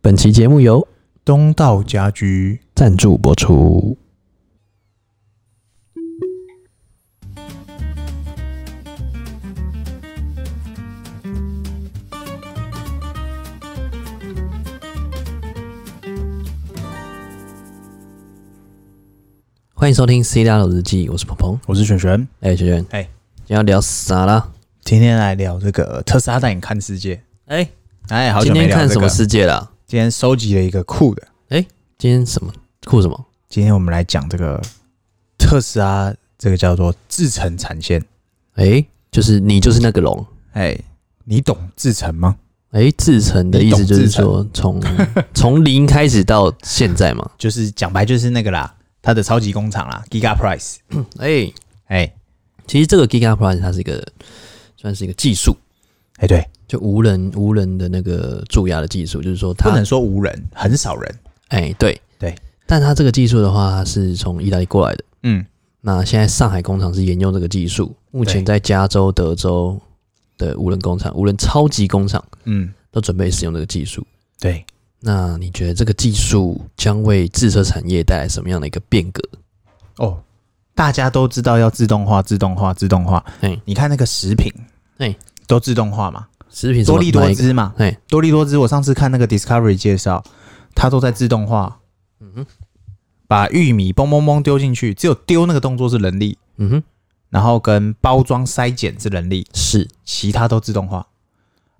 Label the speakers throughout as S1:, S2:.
S1: 本期节目由
S2: 东道家居
S1: 赞助播出。欢迎收听《C 大佬日记》，我是鹏鹏。
S2: 我是璇璇，
S1: 哎、学员，
S2: 哎
S1: 今天要聊啥啦？
S2: 今天来聊这个特斯拉带你看世界。
S1: 哎、
S2: 哎，好
S1: 今
S2: 久没
S1: 天
S2: 聊
S1: 看
S2: 这
S1: 什
S2: 个
S1: 么。世界啦？
S2: 今天收集了一个酷的，
S1: 今天什么酷什么？
S2: 今天我们来讲这个特斯拉，这个叫做制程产线。
S1: 哎、就是你就是那个龙。
S2: 哎，你懂制程吗？
S1: 哎，制成的意思就是说 从从零开始到现在嘛。
S2: 就是讲白就是那个啦，它的超级工厂啦，Giga Price。
S1: 哎，
S2: 哎
S1: 其实这个 Giga Prize 它是一个算是一个技术，
S2: 哎，对，
S1: 就无人无人的那个蛀牙的技术，就是说
S2: 不
S1: 它
S2: 能说无人，很少人。
S1: 哎对
S2: 对，
S1: 但它这个技术的话它是从意大利过来的。
S2: 嗯，
S1: 那现在上海工厂是沿用这个技术，目前在加州、德州的无人工厂、无人超级工厂
S2: 嗯，
S1: 都准备使用这个技术。
S2: 对，
S1: 那你觉得这个技术将为自车产业带来什么样的一个变革？
S2: 哦，大家都知道要自动化，自动化，自动化。
S1: 哎
S2: 你看那个食品，
S1: 哎
S2: 都自动化嘛，
S1: 食品什么
S2: 多利多
S1: 哪一个
S2: 汁嘛，
S1: 哎，
S2: 多利多汁。我上次看那个 Discovery 介绍，它都在自动化，
S1: 嗯哼，
S2: 把玉米嘣嘣嘣丢进去，只有丢那个动作是人力，
S1: 嗯哼，
S2: 然后跟包装筛检是人力，
S1: 是
S2: 其他都自动化。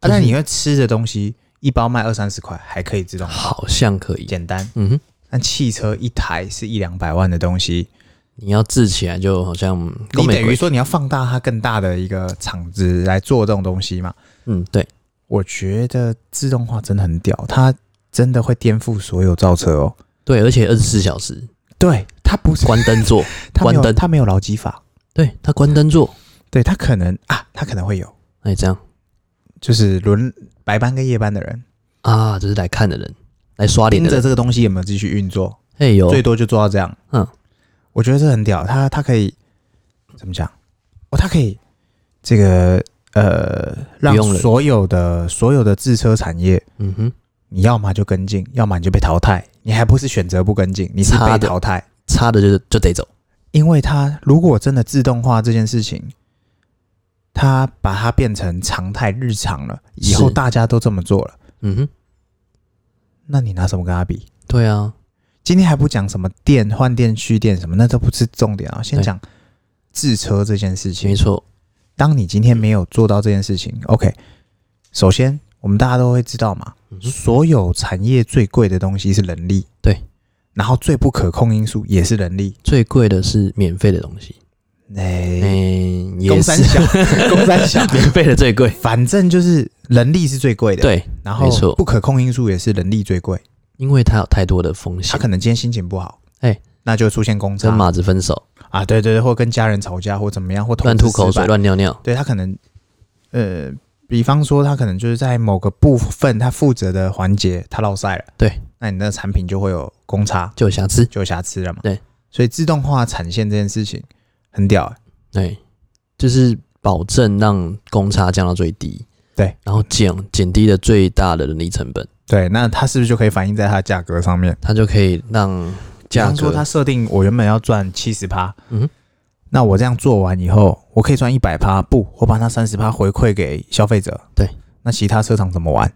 S2: 啊，
S1: 就是
S2: 但你会吃的东西，一包卖二三十块，还可 以自动化，
S1: 好像可以。
S2: 简单。
S1: 嗯哼，
S2: 但汽车一台是一两百万的东西，
S1: 你要治起来就好像
S2: 你
S1: 跟美
S2: 等于
S1: 国，
S2: 说你要放大它更大的一个厂子来做这种东西嘛？
S1: 嗯，对，
S2: 我觉得自动化真的很屌，它真的会颠覆所有造车哦。
S1: 对，而且二十四小时
S2: 对，它不是
S1: 关灯做，
S2: 它没
S1: 关
S2: 有
S1: 灯
S2: 它没有劳基法，
S1: 对他关灯做，
S2: 对它可能啊，它可能会有，
S1: 哎，这样
S2: 就是轮白班跟夜班的人
S1: 啊，就是来看的人，来刷脸
S2: 盯
S1: 的
S2: 着
S1: 人，
S2: 这个东西有没有继续运作，
S1: 哎呦，
S2: 最多就做到这样。
S1: 嗯，
S2: 我觉得这很屌，它它可以怎么讲？哦，它可以这个呃，让
S1: 不用了
S2: 所有的所有的自车产业
S1: 嗯哼，
S2: 你要么就跟进，要么你就被淘汰。你还不是选择不跟进，你是
S1: 差
S2: 被
S1: 的
S2: 淘汰。
S1: 差的就是就得走，
S2: 因为它如果真的自动化这件事情，它把它变成常态日常了，以后
S1: 是
S2: 大家都这么做了，
S1: 嗯哼，
S2: 那你拿什么跟他比？
S1: 对啊，
S2: 今天还不讲什么电换电蓄电什么，那都不是重点啊。先
S1: 对
S2: 讲自车这件事
S1: 没
S2: 情。
S1: 错，
S2: 当你今天没有做到这件事情，OK，首先我们大家都会知道嘛，
S1: 嗯哼
S2: 所有产业最贵的东西是人力，
S1: 对，
S2: 然后最不可控因素也是人力，
S1: 最贵的是免费的东西，
S2: 哎、
S1: 嗯，也
S2: 公三
S1: 是
S2: 小，公三小，
S1: 免费的最贵，
S2: 反正就是人力是最贵的，，
S1: 对，
S2: 然
S1: 没错
S2: 后不可控因素也是人力最贵，
S1: 因为它有太多的风
S2: 他
S1: 险，
S2: 可能今天心情不好，
S1: 哎
S2: 那就会出现公
S1: 跟
S2: 差
S1: 马子分手，
S2: 啊，对对对，或跟家人吵架或怎么样，或投资
S1: 乱吐口
S2: 失败
S1: 水，乱尿尿，
S2: 对他可能，呃，比方说他可能就是在某个部分他负责的环节他落赛了，
S1: 对，
S2: 那你那个产品就会有公差，
S1: 就有瑕疵，
S2: 就有瑕疵了嘛，
S1: 对，
S2: 所以自动化产线这件事情很屌、欸，
S1: 对，就是保证让公差降到最低，
S2: 对，
S1: 然后减减低了最大的人力成本，
S2: 对，那它是不是就可以反映在它的价格上面？
S1: 它就可以让
S2: 比
S1: 价
S2: 方说，
S1: 格
S2: 他设定我原本要赚七十趴，
S1: 嗯哼
S2: 那我这样做完以后，我可以赚一百趴，不，我把那三十趴回馈给消费者。
S1: 对，
S2: 那其他车厂怎么玩？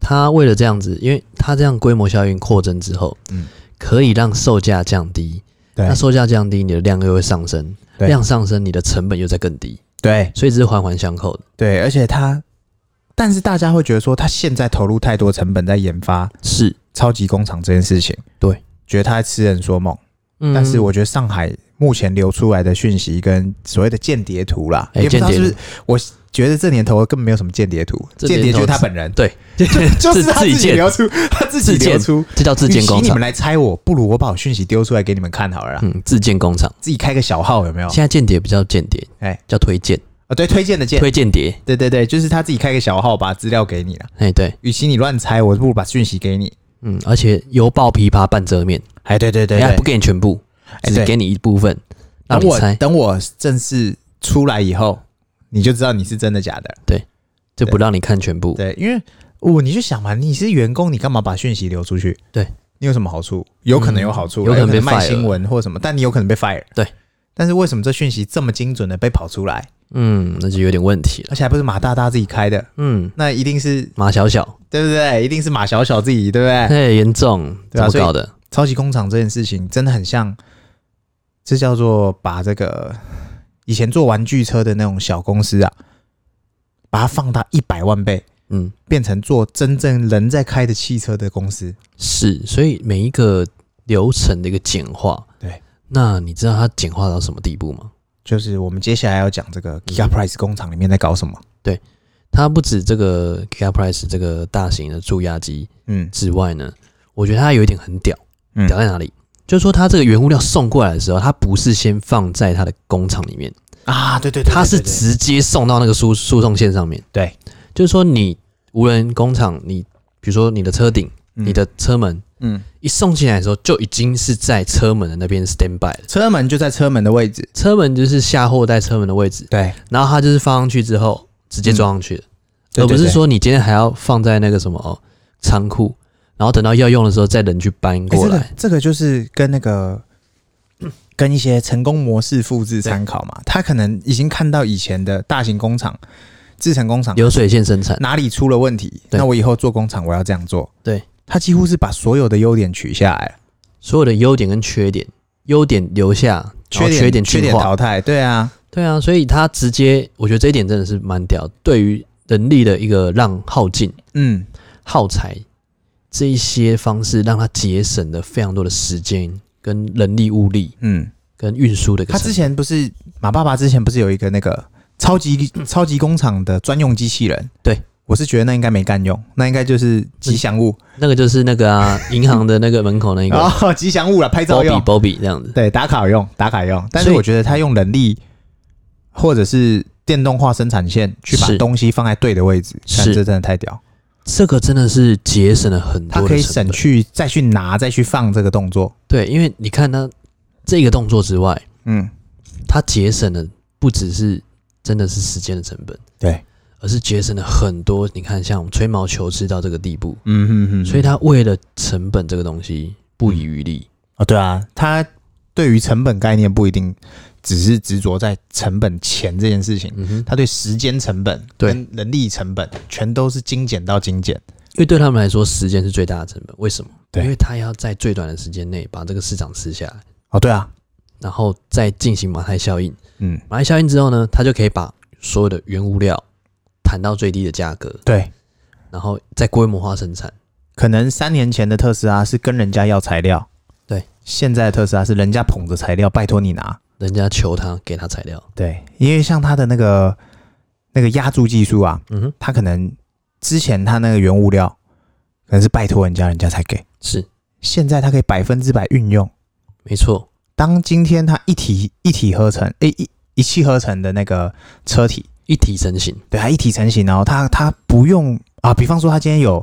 S1: 它为了这样子，因为它这样规模效应扩增之后，
S2: 嗯
S1: 可以让售价降低，
S2: 对
S1: 那售价降低，你的量又会上升，
S2: 对
S1: 量上升，你的成本又在更低，
S2: 对
S1: 所以这是环环相扣的。
S2: 对，而且他，但是大家会觉得说，他现在投入太多成本在研发
S1: 是，
S2: 超级工厂这件事情，
S1: 对，
S2: 觉得他在痴人说梦。
S1: 嗯
S2: 但是我觉得上海目前流出来的讯息跟所谓的间谍图啦，
S1: 哎
S2: 也不知道
S1: 间
S2: 是
S1: 谍
S2: 不
S1: 图
S2: 是，我觉得这年头根本没有什么间谍图，
S1: 这
S2: 间谍
S1: 年头
S2: 就是他
S1: 是
S2: 本人，
S1: 对，
S2: 就是
S1: 自
S2: 他
S1: 自己
S2: 自己
S1: 建
S2: 流出，他自己
S1: 自建
S2: 流出。
S1: 嗯 这叫自
S2: 与
S1: 建
S2: 其
S1: 工
S2: 你
S1: 厂
S2: 们，来猜我，不如我把我讯息丢出来给你们看好了啦，
S1: 嗯，自建工厂。
S2: 自己开个小号有没有？
S1: 现在间谍不叫间谍，
S2: 哦哎
S1: 叫推荐，
S2: 啊，对，推荐的荐，
S1: 推荐谍，
S2: 对对对，就是他自己开个小号，把资料给你了。
S1: 哎，对，
S2: 与其你乱猜，我不如把讯息给你。
S1: 嗯，而且油爆琵琶半遮面，
S2: 哎，对对对
S1: 人家
S2: 对
S1: 不，给你全部，
S2: 哎
S1: 只
S2: 对
S1: 给你一部分，让
S2: 等
S1: 你
S2: 我
S1: 猜，
S2: 等我正式出来以后，你就知道你是真的假的。
S1: 就不让你看全部。
S2: 对，因为哦，你就想嘛，你是员工，你干嘛把讯息流出去？
S1: 对嗯
S2: 你有什么好处？有可能有好处，
S1: 有可能被
S2: 卖
S1: fire
S2: 新闻或什么，但你有可能被 fire。
S1: 对，
S2: 但是为什么这讯息这么精准的被跑出来，
S1: 嗯，那就有点问题了。
S2: 而且还不是马大大自己开的？
S1: 嗯，
S2: 那一定是
S1: 马小小，
S2: 对不对？一定是马小小自己对不 对？
S1: 哎，严重，
S2: 对
S1: 怎
S2: 啊
S1: 么搞的？
S2: 超级工厂这件事情真的很像，这叫做把这个以前做玩具车的那种小公司啊，把它放大一百万倍，
S1: 嗯，
S2: 变成做真正人在开的汽车的公司。
S1: 是，所以每一个流程的一个简化，
S2: 对。
S1: 那你知道它简化到什么地步吗？
S2: 就是我们接下来要讲这个 Kia Price 工厂里面在搞什么。
S1: 它不止这个 Kia Price 这个大型的注压机
S2: 嗯
S1: 之外呢，我觉得它有一点很屌，
S2: 嗯
S1: 屌在哪里？就是说它这个原物料送过来的时候，它不是先放在它的工厂里面，
S2: 啊，对对
S1: 它是直接送到那个输输送线上面。
S2: 对，
S1: 就是说你无人工厂，你比如说你的车顶、你的车门
S2: 嗯
S1: 一送进来的时候，就已经是在车门的那边 stand by 了。
S2: 车门就在车门的位置。
S1: 车门就是下货带车门的位置，
S2: 对，
S1: 然后它就是放上去之后直接装上去了，
S2: 嗯对
S1: 而不
S2: 对
S1: 是
S2: 对
S1: 说你今天还要放在那个什么哦仓库，然后等到要用的时候再人去搬
S2: 哎
S1: 过
S2: 这
S1: 来。
S2: 个这个就是跟那个 跟一些成功模式复制参考嘛，他可能已经看到以前的大型工厂、制成工厂
S1: 流水线生产，
S2: 哪里出了问题，
S1: 对
S2: 那我以后做工厂我要这样做。
S1: 对，
S2: 他几乎是把所有的优点取下来了，
S1: 所有的优点跟缺点，优点留下，然后
S2: 点
S1: 缺点
S2: 缺
S1: 进
S2: 点
S1: 化。
S2: 淘汰。对啊，
S1: 对啊，所以他直接，我觉得这一点真的是蛮屌，对于人力的一个让耗尽、
S2: 嗯，
S1: 耗材这一些方式，让他节省了非常多的时间、跟人力、物力、
S2: 嗯，
S1: 跟运输的一个
S2: 他
S1: 成本。
S2: 之前不是马爸爸之前不是有一个那个 超级超级工厂的专用机器人？
S1: 对，
S2: 我是觉得那应该没干用，那应该就是吉祥物
S1: 那个就是那个啊，银行的那个门口那 个
S2: 哦，吉祥物了，拍照
S1: Bobby
S2: 用，
S1: Bobby 这样子。
S2: 对，打卡用，打卡用。但是
S1: 所以
S2: 我觉得他用人力或者是电动化生产线去把
S1: 是
S2: 东西放在对的位置，
S1: 是
S2: 看这真的太屌，
S1: 这个真的是节省了很
S2: 他
S1: 多
S2: 可
S1: 的
S2: 以
S1: 成
S2: 省
S1: 本。
S2: 去再去拿再去放这个动作，
S1: 对，因为你看他这个动作之外，
S2: 嗯，
S1: 他节省了不只是真的是时间的成本，
S2: 对，
S1: 而是节省了很多。你看，像吹毛求疵到这个地步，
S2: 嗯哼哼
S1: 所以他为了成本这个东西不遗余力。
S2: 哦，对啊，他对于成本概念不一定只是执着在成本钱这件事情，
S1: 嗯哼，
S2: 他对时间成本、
S1: 对
S2: 跟人力成本全都是精简到精简。
S1: 因为对他们来说，时间是最大的成本。为什么？
S2: 对
S1: 因为他要在最短的时间内把这个市场吃下来，
S2: 哦，对啊，
S1: 然后再进行马太效应。
S2: 嗯，
S1: 马太效应之后呢，他就可以把所有的原物料谈到最低的价格，
S2: 对，
S1: 然后再规模化生产。
S2: 可能三年前的特斯拉是跟人家要材料，
S1: 对，
S2: 现在的特斯拉是人家捧着材料，拜托你拿。
S1: 人家求他给他材料，
S2: 对，因为像它的那个那个压铸技术啊，
S1: 嗯哼，
S2: 它可能之前它那个原物料可能是拜托人家，人家才给，
S1: 是
S2: 现在它可以百分之百运用。
S1: 没错，
S2: 当今天它一体一体合成，诶、一一气呵成的那个车体，
S1: 一体成型。
S2: 对，它一体成型哦，它它不用啊，比方说它今天有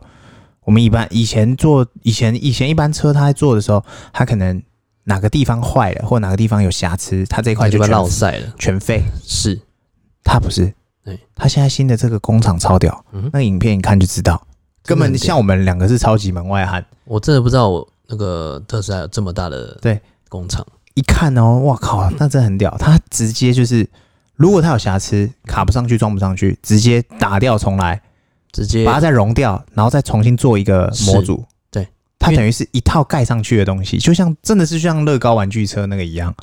S2: 我们一般以前做以前以前一般车它在做的时候，它可能哪个地方坏了或哪个地方有瑕疵，它这一块
S1: 就
S2: 就
S1: 被
S2: 全
S1: 落晒了。
S2: 全废。
S1: 是，
S2: 它不是，
S1: 对，
S2: 它现在新的这个工厂超屌，
S1: 嗯哼
S2: 那个影片一看就知道，根
S1: 真的很
S2: 本
S1: 屌
S2: 像我们两个是超级门外汉，
S1: 我真的不知道我那个特斯拉有这么大的
S2: 对
S1: 工厂。
S2: 一看哦，哇靠，那真的很屌，它直接就是。如果它有瑕疵，卡不上去，装不上去，直接打掉重来，
S1: 直接
S2: 把它再熔掉，然后再重新做一个模组。
S1: 对，
S2: 它
S1: 因为
S2: 等于是一套盖上去的东西，就像真的是像乐高玩具车那个一样。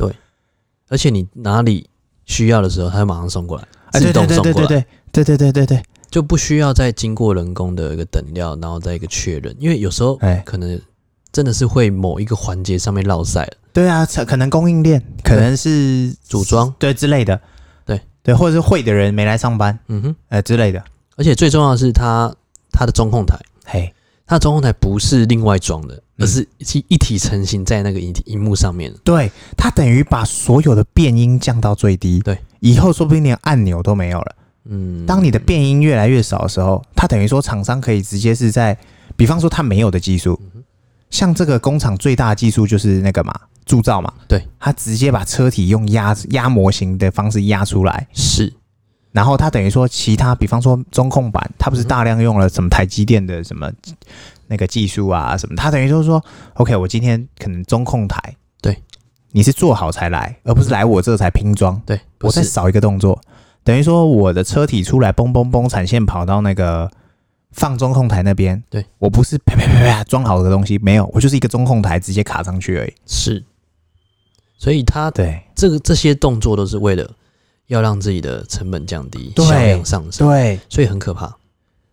S1: 而且你哪里需要的时候，它就马上送过来，
S2: 哎，
S1: 自
S2: 对对
S1: 动
S2: 对
S1: 送
S2: 对
S1: 过
S2: 对
S1: 来，
S2: 对对对对对对，
S1: 就不需要再经过人工的一个等料，然后再一个确认，因为有时候
S2: 哎，
S1: 可能真的是会某一个环节上面落塞了，
S2: 对啊，可可能供应链，可能是
S1: 组装，
S2: 对之类的，
S1: 对
S2: 对，或者是会的人没来上班，
S1: 嗯哼，
S2: 呃之类的。
S1: 而且最重要的是它它的中控台，
S2: 嘿，
S1: 它的中控台不是另外装的，
S2: 嗯
S1: 而是一一体成型在那个荧荧幕上面了，
S2: 对，它等于把所有的变音降到最低。
S1: 对，
S2: 以后说不定连按钮都没有了。
S1: 嗯，
S2: 当你的变音越来越少的时候，它等于说厂商可以直接是在，比方说它没有的技术，
S1: 嗯
S2: 像这个工厂最大的技术就是那个嘛，铸造嘛，
S1: 对，
S2: 它直接把车体用压压模型的方式压出来，
S1: 是，
S2: 然后它等于说其他，比方说中控板，它不是大量用了什么台积电的什么那个技术啊什么，它等于就是说，OK，我今天可能中控台，
S1: 对，
S2: 你是做好才来，而不是来我这才拼装，
S1: 对，
S2: 我
S1: 不
S2: 再
S1: 是
S2: 少一个动作，等于说我的车体出来，嘣嘣嘣，产线跑到那个放中控台那边，
S1: 对
S2: 我不是啪啪啪啪装好的东西，没有，我就是一个中控台直接卡上去而已，
S1: 是，所以它
S2: 对
S1: 这个这些动作都是为了要让自己的成本降低，
S2: 对
S1: 销量上升，
S2: 对
S1: 所以很可怕。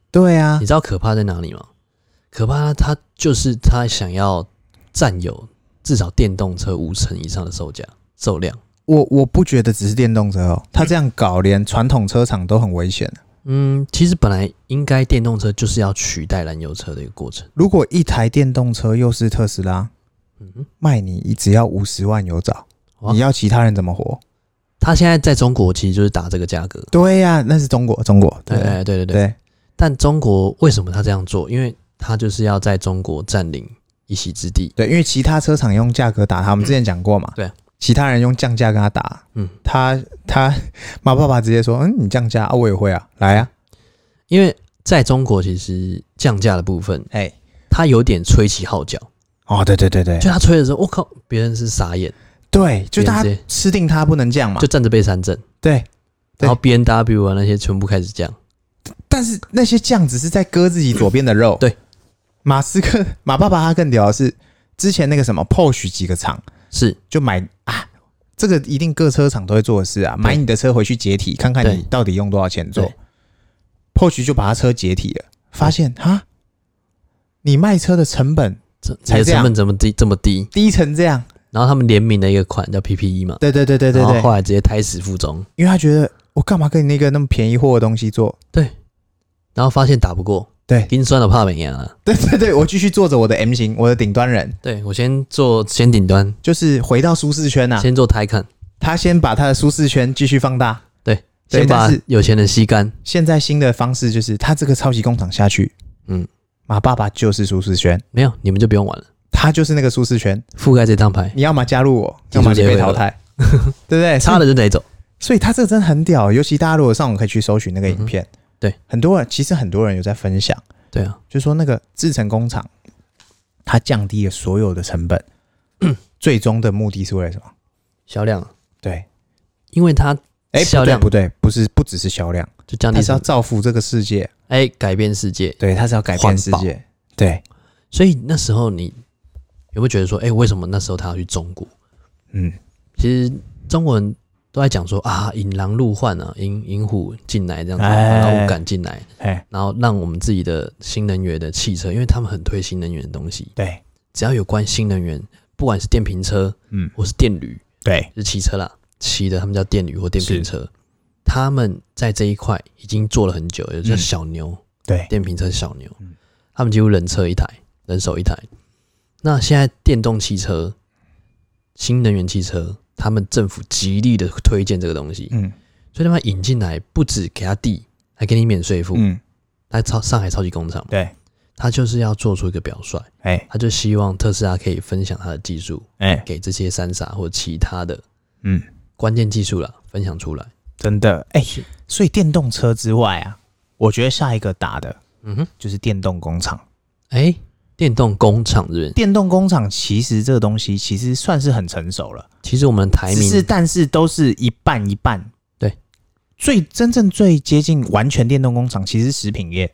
S2: 对啊
S1: 你，知道可怕在哪里吗？可怕它就是它想要占有至少电动车五成以上的售价售量。
S2: 我我不觉得只是电动车哦，他这样搞，连传统车厂都很危险。
S1: 嗯，其实本来应该电动车就是要取代燃油车的一个过程。
S2: 如果一台电动车又是特斯拉，
S1: 嗯哼，
S2: 卖你只要五十万有找，
S1: 哇
S2: 你要其他人怎么活？
S1: 它现在在中国其实就是打这个价格。
S2: 对呀、那是中国，中国，
S1: 对对对对对。
S2: 对
S1: 但中国为什么它这样做？因为它就是要在中国占领一席之地。
S2: 对，因为其他车厂用价格打他，我们之前讲过嘛，
S1: 对啊
S2: 其他人用降价跟他打，
S1: 嗯，
S2: 他他马爸爸直接说，嗯，你降价啊，我也会啊，来啊，
S1: 因为在中国其实降价的部分，
S2: 哎、
S1: 它有点吹起号角。
S2: 哦，对对对对
S1: 就它吹的时候，我、靠，别人是傻眼，
S2: 对，就大
S1: 直
S2: 家
S1: 接
S2: 吃定他不能降嘛
S1: 就，站着被三振。
S2: 对，对
S1: 然后 B N W 啊那些全部开始降，
S2: 但是那些酱只是在割自己左边的肉。
S1: 对，
S2: 马斯克马爸爸他更屌的是，之前那个什么 Porsche 几个厂
S1: 是
S2: 就买啊，这个一定各车厂都会做的事啊，买你的车回去解体，看看
S1: 对
S2: 你到底用多少钱做
S1: 对。
S2: Porsche 就把他车解体了，发现哈，你卖车的成本
S1: 这
S2: 才
S1: 你的
S2: 这样
S1: 成本怎么低这么低？
S2: 低成这样。
S1: 然后他们联名的一个款叫 P P E 嘛，
S2: 对对对对对
S1: 然后后
S2: 对，
S1: 来直接胎死腹中，
S2: 因为他觉得我干嘛跟你那个那么便宜货的东西做？
S1: 然后发现打不过，
S2: 对
S1: 金酸的怕美颜啊。
S2: 对对对，我继续做着我的 M 型，我的顶端人，
S1: 对我先做先顶端，
S2: 就是回到舒适圈呐、啊
S1: 先做胎看，
S2: 他先把他的舒适圈继续放大。对
S1: 先把
S2: 但是
S1: 有钱人吸干。
S2: 现在新的方式就是，他这个超级工厂下去，
S1: 嗯，
S2: 马爸爸就是舒适圈，
S1: 没有，你们就不用玩了，
S2: 他就是那个舒适圈。
S1: 覆盖这张牌，
S2: 你要么加入我，
S1: 技
S2: 要
S1: 术
S2: 么你
S1: 结
S2: 被
S1: 合
S2: 淘汰， 对不对？
S1: 差
S2: 所以
S1: 了就得走。
S2: 所以他这个真的很屌。尤其大家如果上网可以去搜寻那个影片，
S1: 嗯对，
S2: 很多人其实很多人有在分享，
S1: 对啊，
S2: 就说那个制成工厂，它降低了所有的 成本，最终的目的是为了什么？
S1: 销量，
S2: 对，
S1: 因为它
S2: 哎，
S1: 销
S2: 不对
S1: 量啊
S2: 不对，不是不只是销量，
S1: 就降
S2: 它
S1: 低
S2: 是要
S1: 成，
S2: 造福这个世界，
S1: 哎、改变世界。
S2: 对，它是要改
S1: 环
S2: 变世
S1: 保
S2: 界，对，
S1: 所以那时候你有没有觉得说，哎、为什么那时候他要去中国？
S2: 嗯，
S1: 其实中国人都在讲说啊，引狼入患啊，引引虎进来这样子，
S2: 哎
S1: 老虎赶进来，
S2: 哎，
S1: 然后让我们自己的新能源的汽车，因为他们很推新能源的东西，
S2: 对，
S1: 只要有关新能源，不管是电瓶车，
S2: 嗯，
S1: 或是电驴，
S2: 对，
S1: 就是骑车啦，骑的他们叫电驴或电瓶车，他们在这一块已经做了很久，也就叫
S2: 嗯
S1: 小牛、
S2: 对，
S1: 电瓶车小牛
S2: 嗯，
S1: 他们几乎人车一台，人手一台。那现在电动汽车、新能源汽车，他们政府极力的推荐这个东西，
S2: 嗯
S1: 所以他们引进来不止给他地，还给你免税付。
S2: 嗯，
S1: 他超上海超级工厂嘛，
S2: 对，
S1: 他就是要做出一个表率，
S2: 哎
S1: 他就希望特斯拉可以分享他的技术
S2: 哎，
S1: 给这些三傻或其他的
S2: 嗯，
S1: 关键技术啦，分享出来。
S2: 真的哎、
S1: 是
S2: 所以电动车之外啊，我觉得下一个打的
S1: 嗯哼，
S2: 就是电动工厂。
S1: 哎、电动工厂这边，
S2: 电动工厂其实这个东西其实算是很成熟了，
S1: 其实我们的台
S2: 只是
S1: 名
S2: 但是都是一半一半。
S1: 对，
S2: 最真正最接近完全电动工厂其实是食品业，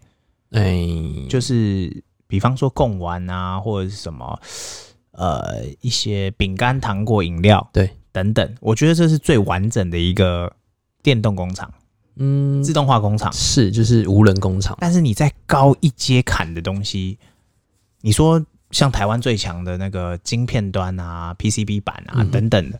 S1: 哎、
S2: 就是比方说贡丸啊，或者是什么呃一些饼干、糖果、饮料
S1: 对
S2: 等等，我觉得这是最完整的一个电动工厂、
S1: 嗯，
S2: 自动化工厂。
S1: 是，就是无人工厂。
S2: 但是你在高一阶砍的东西，你说像台湾最强的那个晶片端啊、PCB 板啊、
S1: 嗯哼
S2: 等等的，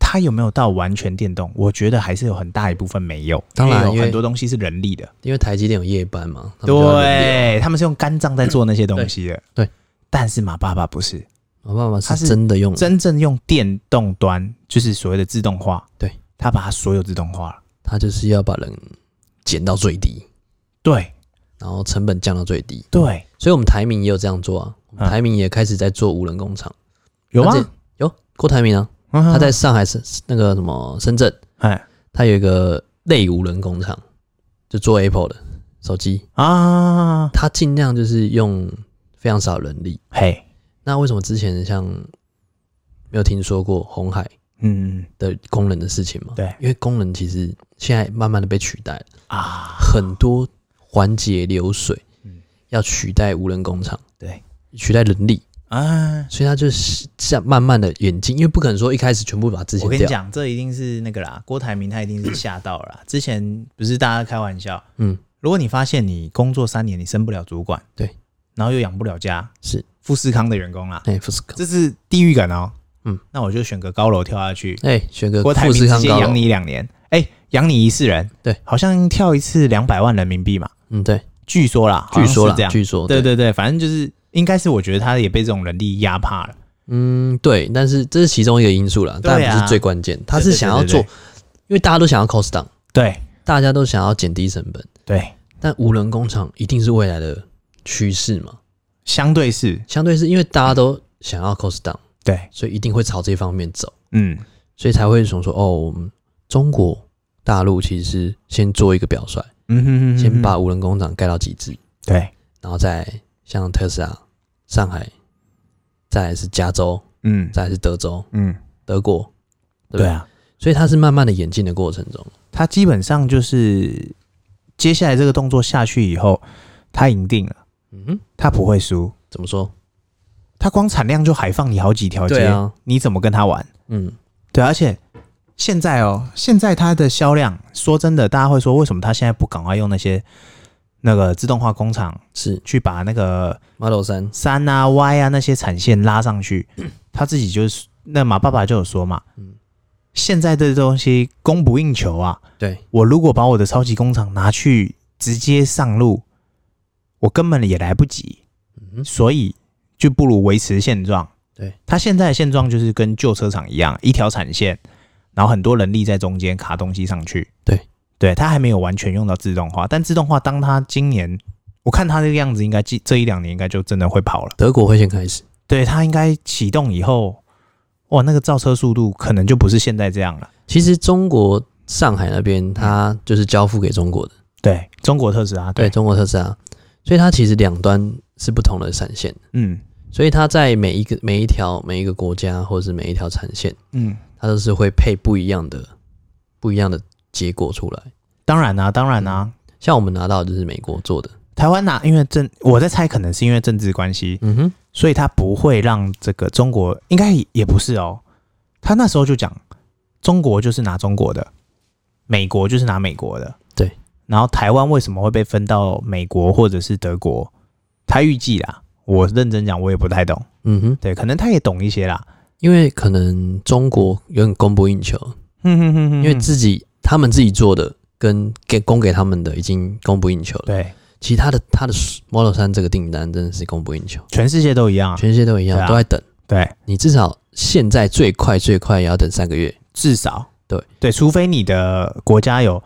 S2: 它有没有到完全电动？我觉得还是有很大一部分没有，
S1: 当然
S2: 因为
S1: 因
S2: 有
S1: 为
S2: 很多东西是人力的，
S1: 因为台积电有夜班嘛，他们就要轮流，
S2: 对，他们是用肝脏在做那些东西的，
S1: 对对
S2: 但是马爸爸不是，
S1: 我爸爸
S2: 他是
S1: 是真的用，
S2: 真正用电动端，就是所谓的自动化，
S1: 对，
S2: 他把它所有自动化了，
S1: 他就是要把人减到最低，
S2: 对
S1: 然后成本降到最低。
S2: 对，
S1: 所以我们台民也有这样做啊，我们台民也开始在做无人工厂，
S2: 嗯有吗嗯
S1: 而且？有郭台铭啊，
S2: 他
S1: 他在上海、深那个什么深圳，
S2: 哎
S1: 他有一个类无人工厂，就做 Apple 的手机，
S2: 啊，
S1: 它尽量就是用非常少人力。
S2: 嘿，
S1: 那为什么之前像没有听说过红海
S2: 嗯
S1: 的工人的事情吗？
S2: 对
S1: 因为工人其实现在慢慢的被取代了，
S2: 啊，
S1: 很多环节流水
S2: 嗯
S1: 要取代无人工厂，
S2: 对，
S1: 取代人力，
S2: 啊，
S1: 所以它就是这样慢慢的演进，因为不可能说一开始全部把之前
S2: 我跟你
S1: 掉，
S2: 讲，这一定是那个啦，郭台铭他一定是吓到了啦。之前不是大家开玩笑，
S1: 嗯，
S2: 如果你发现你工作三年你升不了主管，
S1: 对，
S2: 然后又养不了家，
S1: 是，
S2: 富士康的员工啦，
S1: 哎、富士康，
S2: 这是地狱感哦。
S1: 嗯，
S2: 那我就选个高楼跳下去，
S1: 哎、选个
S2: 郭台
S1: 富
S2: 铭
S1: 士
S2: 直
S1: 康
S2: 接
S1: 高楼
S2: 养，你两年，哎，养你一世人，
S1: 对，
S2: 好像跳一次两百万人民币嘛，
S1: 嗯，对，
S2: 据说啦，好像
S1: 据
S2: 是
S1: 说
S2: 这
S1: 啦，
S2: 样，
S1: 据说，
S2: 对对对，反正就是应该是我觉得他也被这种人力压怕了，
S1: 嗯，对，但是这是其中一个因素啦，
S2: 对啊
S1: 当然不是最关键。他是想要做，
S2: 对对对
S1: 因为大家都想要 cost down，
S2: 对
S1: 大家都想要减低成本，
S2: 对，
S1: 但无人工厂一定是未来的趋势嘛？
S2: 相对是，
S1: 相对是因为大家都想要 cost down，
S2: 对，
S1: 所以一定会朝这方面走，
S2: 嗯，
S1: 所以才会想说，哦，我们中国大陆其实是先做一个表率，
S2: 嗯哼哼哼哼
S1: 先把无人工厂盖到极致，
S2: 对，
S1: 然后再像特斯拉、上海，再来是加州，
S2: 嗯
S1: 再来是德州、
S2: 嗯，
S1: 德国，对不
S2: 对啊，
S1: 所以它是慢慢的演进的过程中。
S2: 他基本上就是接下来这个动作下去以后，他赢定了，
S1: 嗯哼，
S2: 他不会输，
S1: 怎么说？
S2: 他光产量就海放你好几条街，
S1: 对啊，
S2: 你怎么跟他玩？
S1: 嗯，
S2: 对，啊而且现在哦，现在它的销量，说真的，大家会说为什么他现在不赶快用那些那个自动化工厂
S1: 是
S2: 去把那个
S1: Model 三，
S2: 三啊、Y 啊那些产线拉 上去，他自己就是那马爸爸就有说嘛，
S1: 嗯
S2: 现在这东西供不应求啊，
S1: 对，
S2: 我如果把我的超级工厂拿去直接上路，我根本也来不及，
S1: 嗯哼，
S2: 所以就不如维持现状。
S1: 对，
S2: 他现在的现状就是跟旧车厂一样，一条产线，然后很多人力在中间卡东西上去。
S1: 对，
S2: 对，他还没有完全用到自动化，但自动化当他今年，我看他这个样子，应该这这一两年应该就真的会跑了。
S1: 德国会先开始，
S2: 对，它应该启动以后，哇，那个造车速度可能就不是现在这样了。
S1: 其实中国上海那边它就是交付给中国的，
S2: 对，中国特斯拉，
S1: 对
S2: 对，
S1: 中国特斯拉，所以它其实两端是不同的产线，
S2: 嗯
S1: 所以它在每一个每一条每一个国家或者是每一条产线，
S2: 嗯，
S1: 它都是会配不一样的不一样的结果出来。
S2: 当然啦、当然啦、啊
S1: 像我们拿到的就是美国做的，
S2: 台湾拿、因为政，我在猜可能是因为政治关系，
S1: 嗯哼，
S2: 所以他不会让这个中国，应该也不是哦。他那时候就讲，中国就是拿中国的，美国就是拿美国的，
S1: 对。
S2: 然后台湾为什么会被分到美国或者是德国？他预计啦，我认真讲，我也不太懂。
S1: 嗯哼，
S2: 对，可能他也懂一些啦。
S1: 因为可能中国有点供不应求，
S2: 哼哼嗯哼哼
S1: 因为自己他们自己做的跟给供给他们的已经供不应求了。
S2: 对，
S1: 其他的他的 Model 三这个订单真的是供不应求，
S2: 全世界都一样啊。
S1: 全世界都一样，
S2: 对啊
S1: 都在等。
S2: 对，
S1: 你至少现在最快最快也要等三个月。
S2: 至少
S1: 对
S2: 对，除非你的国家有，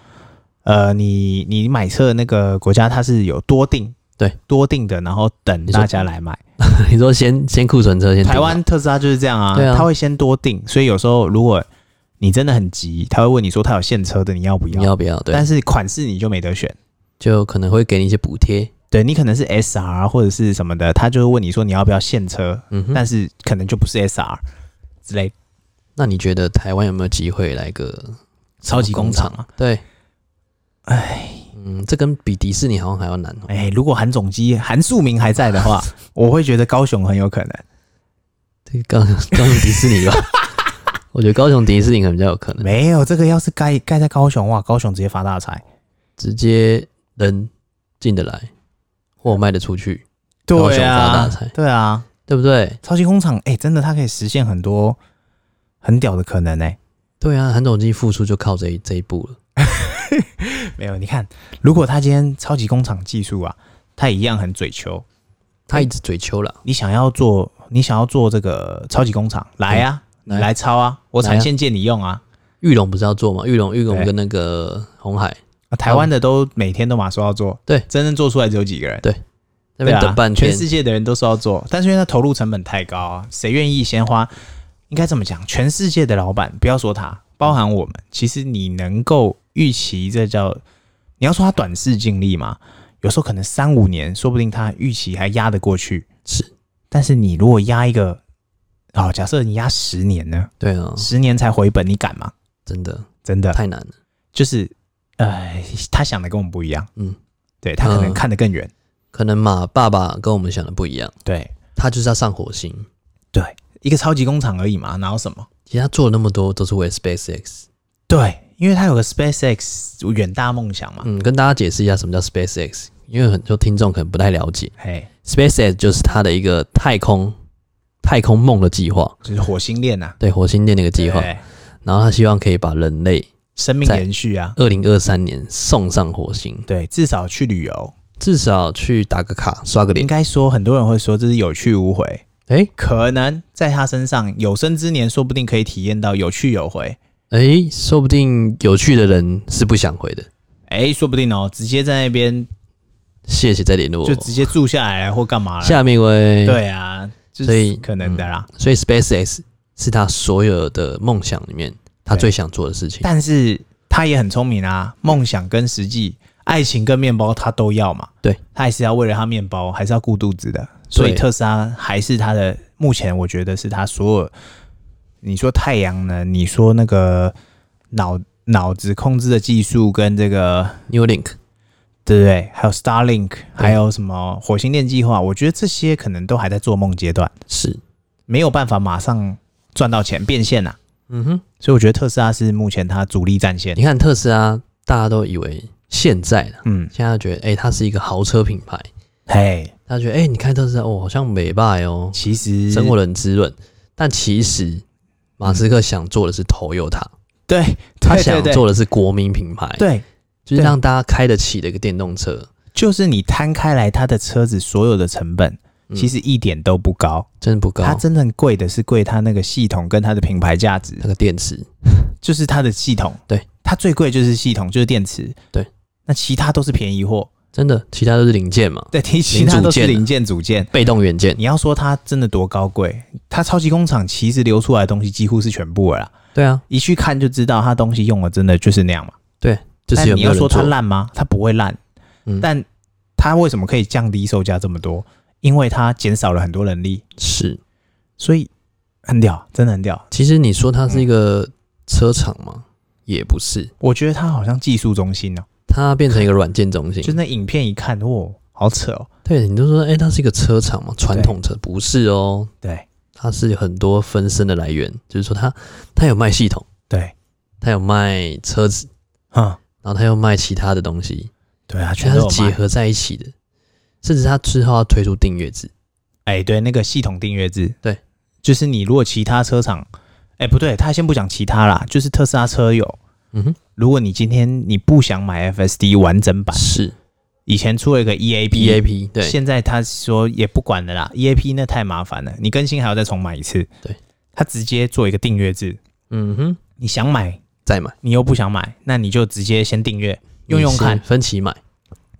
S2: 呃，你你买车的那个国家它是有多定，
S1: 对，
S2: 多定的，然后等
S1: 你说
S2: 大家来买。
S1: 你说先先库存车先订好
S2: 台湾特斯拉就是这样啊，
S1: 对啊
S2: 它会先多定，所以有时候如果你真的很急，他会问你说他有现车的，你要不要？
S1: 你要不要？对
S2: 但，是款式你就没得选。
S1: 就可能会给你一些补贴。
S2: 对你可能是 S R 或者是什么的，他就会问你说你要不要现车，
S1: 嗯哼，
S2: 但是可能就不是 S R 之类的
S1: 那你觉得台湾有没有机会来个
S2: 超级工厂啊。
S1: 对，
S2: 哎，
S1: 嗯，这跟比迪士尼好像还要难哦。
S2: 哎、如果韩总机韩素明还在的话， 我会觉得高雄很有可能。
S1: 这个 高高雄迪士尼吧， 我觉得高雄迪士尼可能比较有可能，
S2: 没有这个，要是盖盖在高雄，哇，高雄直接发大财。
S1: 直接人进得来，货卖得出去，高雄
S2: 对
S1: 发大
S2: 啊
S1: 财，
S2: 对啊，
S1: 对不对？
S2: 超级工厂，哎、真的它可以实现很多很屌的可能哎、
S1: 对啊，韩总机复出就靠这一这一步了。
S2: 没有，你看，如果他今天超级工厂技术啊，他一样很嘴求，
S1: 他一直追求啦，
S2: 你想要做，你想要做这个超级工厂，来啊，
S1: 嗯来
S2: 你来抄啊，我
S1: 来
S2: 产
S1: 啊
S2: 线借你用啊。
S1: 玉龙不是要做吗？玉龙，玉龙
S2: 对
S1: 跟那个红海
S2: 啊台湾的都每天都马说要做，
S1: 对
S2: 真正做出来只有几个人。
S1: 那边
S2: 对啊
S1: 等半天
S2: 全，世界的人都说要做，但是因为它投入成本太高啊，谁愿意先花？应该这么讲，全世界的老板，不要说他，包含我们，其实你能够预期这叫你要说它短视近利嘛，有时候可能三五年，说不定它预期还压得过去。
S1: 是，
S2: 但是你如果压一个，哦，假设你压十年呢，
S1: 对啊，
S2: 十年才回本，你敢吗？
S1: 真的
S2: 真的，
S1: 太难了。
S2: 就是，呃，他想的跟我们不一样，
S1: 嗯，
S2: 对他可能
S1: 嗯
S2: 看得更远，
S1: 可能嘛，爸爸跟我们想的不一样，
S2: 对
S1: 他就是要上火星。
S2: 对，一个超级工厂而已嘛，哪有什么？
S1: 其实他做了那么多都是为了 SpaceX。
S2: 对，因为他有个 SpaceX 远大梦想嘛，
S1: 嗯，跟大家解释一下什么叫 SpaceX，因为很多听众可能不太了解
S2: 嘿，
S1: ，SpaceX 就是他的一个太空太空梦的计划，
S2: 就是火星链呐、啊，
S1: 对火星链的一个计划。
S2: 对
S1: 然后他希望可以把人类
S2: 生命
S1: 在
S2: 延续啊，
S1: 二零二三年送上火星，
S2: 对，至少去旅游，
S1: 至少去打个卡，刷个
S2: 应
S1: 脸。
S2: 该说很多人会说这是有去无回，
S1: 哎、
S2: 可能在他身上有生之年，说不定可以体验到有去有回。
S1: 哎、说不定有趣的人是不想回的。
S2: 哎，说不定哦，直接在那边
S1: 谢谢再联络
S2: 就
S1: 我。
S2: 直接住下来啊或干嘛了。
S1: 下面一位，，
S2: 对啊，就
S1: 所
S2: 是
S1: 以
S2: 可能的啦。
S1: 所以 SpaceX 是他所有的梦想里面他
S2: 对
S1: 最想做的事情。
S2: 但是他也很聪明啊，梦想跟实际、爱情跟面包他都要嘛。
S1: 对，
S2: 他还是要为了他面包，还是要顾肚子的。所以
S1: 对
S2: 特斯拉还是他的目前，我觉得是他所有。你说太阳能，你说那个脑脑子控制的技术跟这个
S1: New Link，
S2: 对不对？还有 Starlink，还有什么火星链计划？我觉得这些可能都还在做梦阶段，
S1: 是，
S2: 没有办法马上赚到钱变现啊。
S1: 嗯哼，
S2: 所以我觉得特斯拉是目前它主力战线
S1: 你。看特斯拉，大家都以为现在啦
S2: 嗯，
S1: 现在觉得哎、它是一个豪车品牌，
S2: 嘿，
S1: 大家觉得哎、你看特斯拉哦，好像美败哦，
S2: 其实嗯
S1: 生活的很滋润。但其实马斯克想做的是 Toyota，
S2: 对
S1: 他
S2: 对
S1: 想
S2: 对
S1: 做的是国民品牌，
S2: 对，
S1: 就是
S2: 对
S1: 让大家开得起的一个电动车。
S2: 就是你摊开来，它的车子所有的成本
S1: 嗯
S2: 其实一点都不高，
S1: 真的不高
S2: 它，真正贵的是贵它那个系统跟它的品牌价值
S1: 那，个电池
S2: 就是它的系统。
S1: 对，
S2: 它最贵就是系统，就是电池。
S1: 对，
S2: 那其他都是便宜货，
S1: 真的，其他都是零件嘛，
S2: 对，其其他都是零件组件。
S1: 被动元件。
S2: 你要说它真的多高贵，它超级工厂其实流出来的东西几乎是全部了啦，
S1: 对啊，
S2: 一去看就知道它东西用的真的就是那样嘛。
S1: 就是有
S2: 但你
S1: 没有
S2: 要
S1: 人
S2: 说它
S1: 做？
S2: 烂吗？它不会烂，
S1: 嗯
S2: 但它为什么可以降低售价这么多？因为它减少了很多人力，
S1: 是，
S2: 所以很屌，真的很屌。
S1: 其实你说它是一
S2: 嗯
S1: 个车厂嘛，也不是，
S2: 我觉得它好像技术中心哦、
S1: 它变成一个软件中心
S2: 就。那影片一看，哇，好扯哦。
S1: 对，你就说，哎、它是一个车厂嘛，传统车不是哦，
S2: 对
S1: 它是很多分身的来源，就是说它它有卖系统，
S2: 对，
S1: 它有卖车子，
S2: 嗯，
S1: 然后它又卖其他的东西，
S2: 对啊，
S1: 所以
S2: 全
S1: 它
S2: 都
S1: 是
S2: 有
S1: 结
S2: 卖。
S1: 合在一起的。甚至它之后要推出订阅制，
S2: 哎、对，那个系统订阅制，
S1: 对，
S2: 就是你如果其他车厂，哎、不对，他先不讲其他啦，就是特斯拉车友，
S1: 嗯哼，
S2: 如果你今天你不想买 FSD 完整版，
S1: 是
S2: 以前出了一个 E EAP。
S1: B E A P 对，
S2: 现在他说也不管了啦，EAP 那太麻烦了，你更新还要再重买一次。
S1: 对，
S2: 他直接做一个订阅制，
S1: 嗯哼，
S2: 你想买，
S1: 再买
S2: 你又不想买，那你就直接先订阅用用
S1: 你
S2: 看
S1: 是。分期买，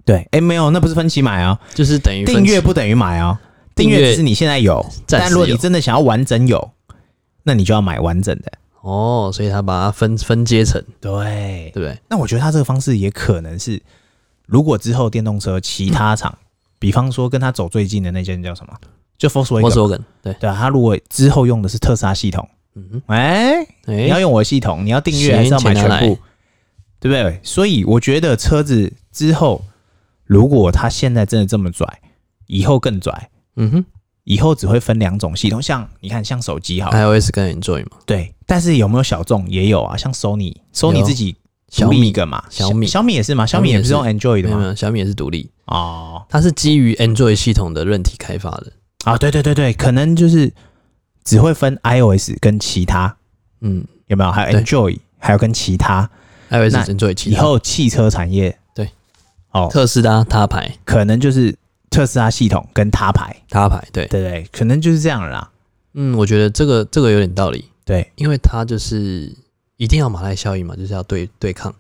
S2: 对，哎、没有，那不是分期买啊，
S1: 就是等于分
S2: 订阅
S1: 期
S2: 不等于买啊，
S1: 订
S2: 订
S1: 阅
S2: 阅只是你现在有，
S1: 暂
S2: 但
S1: 时
S2: 如果你
S1: 有
S2: 真的想要完整有，那你就要买完整的。
S1: 哦，所以他把它分分阶层，
S2: 对
S1: 对，不对？
S2: 那我觉得他这个方式也可能是，如果之后电动车其他厂，
S1: 嗯
S2: 比方说跟他走最近的那间叫什么，就 f o r s w a
S1: 我
S2: g e
S1: 说梗对，
S2: 对啊，他如果之后用的是特斯拉系统，
S1: 嗯哼，
S2: 哎、你要
S1: 哎，
S2: 用我的系统，你要订阅还是要买全
S1: 钱拿来
S2: 部，对不对？所以我觉得车子之后，如果它现在真的这么拽，以后更拽，
S1: 嗯哼
S2: 以后只会分两种系统，像你看，像手机好了，
S1: ，iOS 跟 Android 嘛，
S2: 对，但是有没有小众也有啊，像 Sony，Sony
S1: 有
S2: 自己
S1: 小
S2: 独立一
S1: 米
S2: 个嘛，
S1: 小米
S2: 小米也是嘛，
S1: 小
S2: 小
S1: 米
S2: 米也不是
S1: 也
S2: 用
S1: 是
S2: Android
S1: 没
S2: 的
S1: 有没
S2: 嘛，
S1: 有，小米也是独立，
S2: 哦，
S1: 它是基于 Android 系统的韧体开发的，
S2: 啊，对对对对，可能就是只会分 iOS 跟其他
S1: 嗯
S2: 有没有，还有
S1: 对
S2: Android，还有跟其他，
S1: ，iOS
S2: 那
S1: Android 其
S2: 以
S1: 他
S2: 后汽车产业
S1: 对，
S2: 哦，
S1: 特斯拉他牌
S2: 可能就是特斯拉系统跟他牌，
S1: 他牌，对，
S2: 对不对？可能就是这样了啦。
S1: 嗯，我觉得这个这个有点道理，
S2: 对
S1: 因为它就是一定要马来效应嘛，就是要对对抗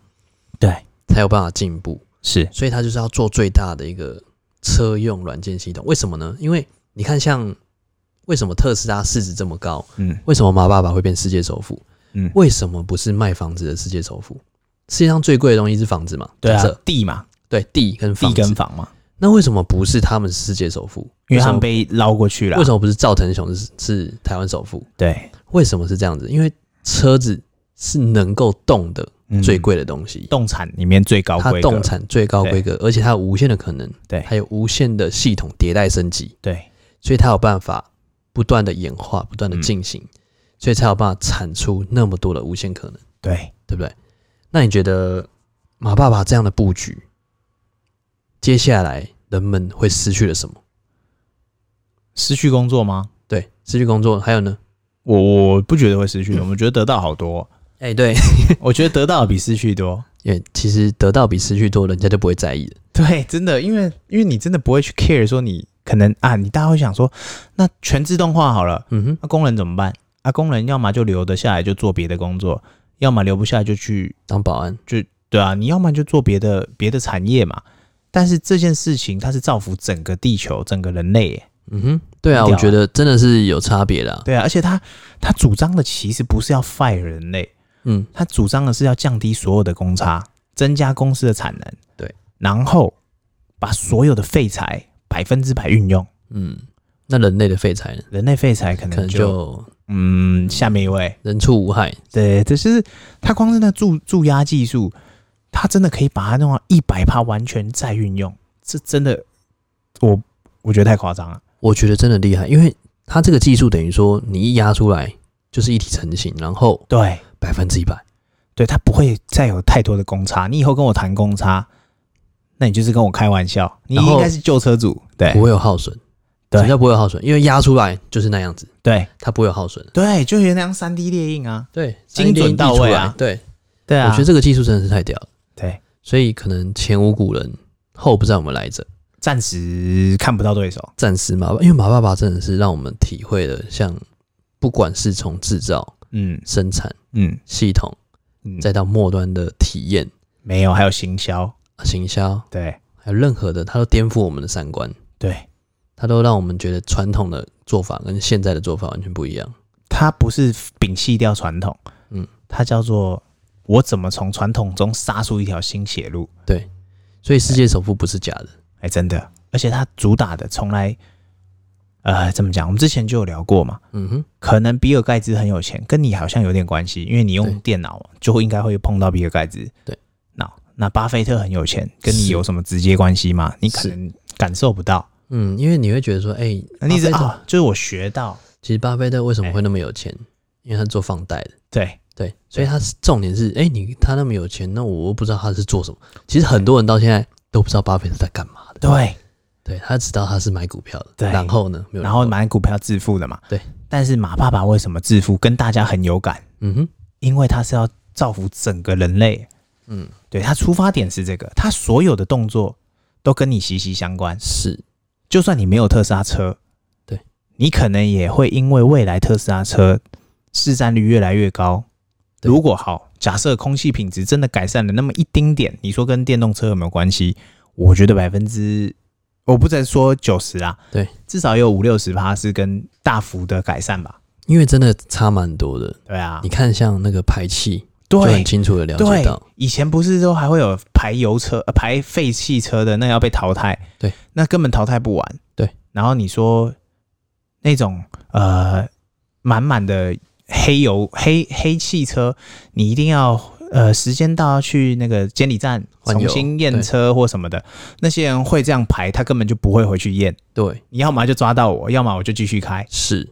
S2: 对，
S1: 才有办法进步，
S2: 是，
S1: 所以它就是要做最大的一个车用软件系统。为什么呢？因为你看像。为什么特斯拉市值这么高？
S2: 嗯
S1: 为什么马爸爸会变世界首富？
S2: 嗯，
S1: 为什么不是卖房子的世界首富？世界上最贵的东西是房子嘛？
S2: 对啊
S1: 假设，
S2: 地嘛，
S1: 对，地跟房
S2: 地
S1: 子。
S2: 跟房嘛，
S1: 那为什么不是他们是世界首富？
S2: 因为他们
S1: 为
S2: 被捞过去
S1: 什
S2: 了
S1: 么为。什么不是赵腾雄是是台湾首富？
S2: 对，
S1: 为什么是这样子？因为车子是能够动的
S2: 嗯
S1: 最贵的东西，
S2: 动产里面最高
S1: 它
S2: 规格
S1: 动，产最高规格，而且它有无限的可能，
S2: 对
S1: 还有无限的系统迭代升级，
S2: 对，
S1: 所以它有办法不断的演化，不
S2: 嗯
S1: 断的进行，所以才有办法产出那么多的无限可能，
S2: 对，
S1: 对不对？那你觉得马爸爸这样的布局，接下来人们会失去了什么？
S2: 失去工作吗？
S1: 对，失去工作，还有呢？
S2: 我我不觉得会失去，我们觉得得到好 多，
S1: 哎、 对，
S2: 我觉得得到比失去多。
S1: 也其实得到比失去多，人家就不会在意了。
S2: 对，真的，因为因为你真的不会去 care 说你可能啊，你大家会想说，那全自动化好了，
S1: 嗯哼，
S2: 那、工人怎么办？啊，工人要么就留得下来就做别的工作，要么留不下来就去，
S1: 当保安，
S2: 对啊，你要么就做别的别的产业嘛。但是这件事情它是造福整个地球、整个人类耶，
S1: 嗯哼，对啊，
S2: 很屌
S1: 我
S2: 啊
S1: 觉得真的是有差别的、啊。
S2: 对啊，而且他他主张的其实不是要 fire 人类，
S1: 嗯，
S2: 他主张的是要降低所有的公差，增加公司的产能，
S1: 对，
S2: 然后把所有的废材百分之百运用。
S1: 嗯，那人类的废材呢？
S2: 人类废材可
S1: 可能
S2: 能就
S1: 就
S2: 嗯，下面一位，
S1: 人畜无害。
S2: 对，只是他光是那注注压技术，他真的可以把它弄到一百帕完全再运用，这真的我我觉得太夸张了。
S1: 我觉得真的厉害，因为它这个技术等于说你一压出来就是一体成型，然后
S2: 对，
S1: 百分之一百。
S2: 对他不会再有太多的公差。你以后跟我谈公差，那你就是跟我开玩笑，你
S1: 然后
S2: 应该是旧车主，对
S1: 不会有耗损。
S2: 对
S1: 什么叫不会有耗损？因为压出来就是那样子，
S2: 对
S1: 它不会有耗损。
S2: 对，就有那样三 D 列印啊，
S1: 对，
S2: 精准到
S1: 三 D 印地
S2: 位啊
S1: 出来
S2: 对
S1: 对，
S2: 啊，
S1: 我觉得这个技术真的是太屌了，
S2: 对，
S1: 所以可能前无古人，后不知道我们来者。
S2: 暂时看不到对手，
S1: 暂时马爸，因为马爸爸真的是让我们体会了，像不管是从制造、
S2: 嗯
S1: 生产
S2: 嗯
S1: 系统，
S2: 嗯，
S1: 再到末端的体验、啊
S2: 没有，还有行销，
S1: 行销，
S2: 对
S1: 还有任何的，它都颠覆我们的三观。
S2: 对，
S1: 它都让我们觉得传统的做法跟现在的做法完全不一样。
S2: 它不是摒弃掉传统，
S1: 嗯，
S2: 它叫做我怎么从传统中杀出一条新血路，
S1: 所以世界首富不是假的，
S2: 哎，真的，而且它主打的从来，呃，怎么讲？我们之前就有聊过嘛，
S1: 嗯哼，
S2: 可能比尔盖茨很有钱，跟你好像有点关系，因为你
S1: 对
S2: 用电脑就会应该会碰到比尔盖茨。
S1: 对，
S2: 那那巴菲特很有钱，跟你
S1: 是
S2: 有什么直接关系吗？你可
S1: 是
S2: 能感受不到。
S1: 嗯，因为你会觉得说，哎、
S2: 那你只
S1: 巴菲特
S2: 啊，就是我学到，
S1: 其实巴菲特为什么会那么有钱？因为他做放贷的，
S2: 对
S1: 对，所以他是重点是，哎、你他那么有钱，那我又不知道他是做什么。其实很多人到现在都不知道巴菲特在干嘛的，
S2: 对，
S1: 对他只知道他是买股票的，
S2: 对
S1: 然后呢，没有人
S2: 然后买股票致富的嘛。
S1: 对，
S2: 但是马爸爸为什么致富，跟大家很有感，
S1: 嗯哼，
S2: 因为他是要造福整个人类。
S1: 嗯，
S2: 对他出发点是这个，他所有的动作都跟你息息相关。
S1: 是
S2: 就算你没有特斯拉车，
S1: 对
S2: 你可能也会因为未来特斯拉车市占率越来越高，
S1: 对
S2: 如果好，假设空气品质真的改善了那么一丁点，你说跟电动车有没有关系？我觉得百分之，我不再说九十啊，
S1: 对，
S2: 至少也有五六十趴是跟大幅的改善吧。
S1: 因为真的差蛮多的。
S2: 对啊
S1: 你，看，像那个排气，就很
S2: 对
S1: 清楚的了解
S2: 对
S1: 到，，
S2: 以前不是都还会有排油车、呃、排废汽车的，那要被淘汰，
S1: 对，
S2: 那根本淘汰不完，
S1: 对。
S2: 然后你说那种呃满满的黑油黑黑汽车，你一定要呃时间到要去那个监理站
S1: 换
S2: 重
S1: 油
S2: 新验
S1: 对
S2: 车或什么的，那些人会这样排，他根本就不会回去验。
S1: 对，
S2: 你要么就抓到我，要么我就继续开。
S1: 是，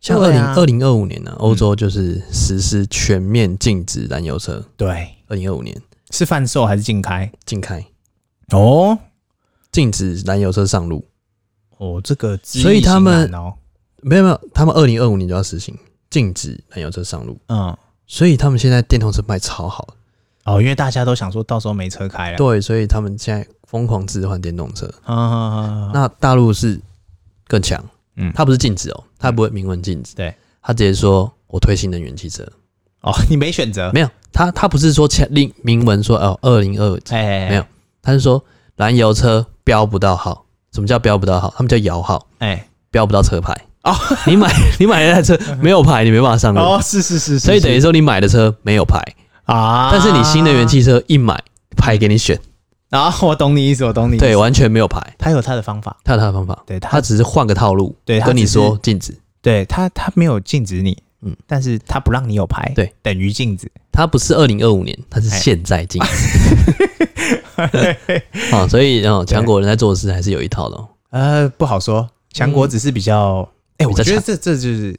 S1: 像二
S2: 对
S1: 零
S2: 啊
S1: 二零二五年呢、欧洲就是实施全面禁止燃油车。
S2: 对，
S1: 二零二五年
S2: 是贩售还是竞开？
S1: 禁开，
S2: 哦
S1: 禁止燃油车上路。
S2: 哦，这个知
S1: 所以
S2: 易
S1: 他
S2: 行
S1: 们
S2: 难哦，
S1: 没有没有，他们二零二五年就要实行禁止燃油车上路，
S2: 嗯。
S1: 所以他们现在电动车卖超好。
S2: 哦，因为大家都想说到时候没车开了。
S1: 对，所以他们现在疯狂置换电动车。
S2: 啊，啊啊
S1: 那大陆是更强，
S2: 嗯
S1: 它不是禁止哦，它不会明文禁止，
S2: 对，
S1: 它直接说我推新能源汽车，
S2: 哦，你没选择，
S1: 没有，它它不是说签令明文说哦二零二
S2: 哎，
S1: 没有他是说燃油车标不到号。什么叫标不到号？他们叫摇号，
S2: 哎，
S1: 标不到车牌。
S2: 哦，
S1: 你买你买那台车没有牌，你没办法上路，
S2: 哦，是是是，
S1: 所以等于
S2: 说
S1: 说你买的车没有牌，
S2: 啊
S1: 但是你新能源汽车一买，牌给你选，
S2: 啊，我懂你意思，我懂你意思。
S1: 对，，完全没有牌，
S2: 他有他的方法，
S1: 他有他的方法，
S2: 对他
S1: 他只是换个套路，
S2: 对他
S1: 跟你
S2: 只是
S1: 说禁止，
S2: 对他他没有禁止你，嗯
S1: 嗯，
S2: 但是他不让你有牌，
S1: 对，
S2: 等于禁 止。
S1: 他不是二零二五年，他是
S2: 哎
S1: 现在禁 止。啊、所以啊，哦强国人在做事还是有一套的、哦。
S2: 呃，不好说，强国只是比较，哎、
S1: 嗯比
S2: 我
S1: 较
S2: 觉得
S1: 强
S2: 这这就是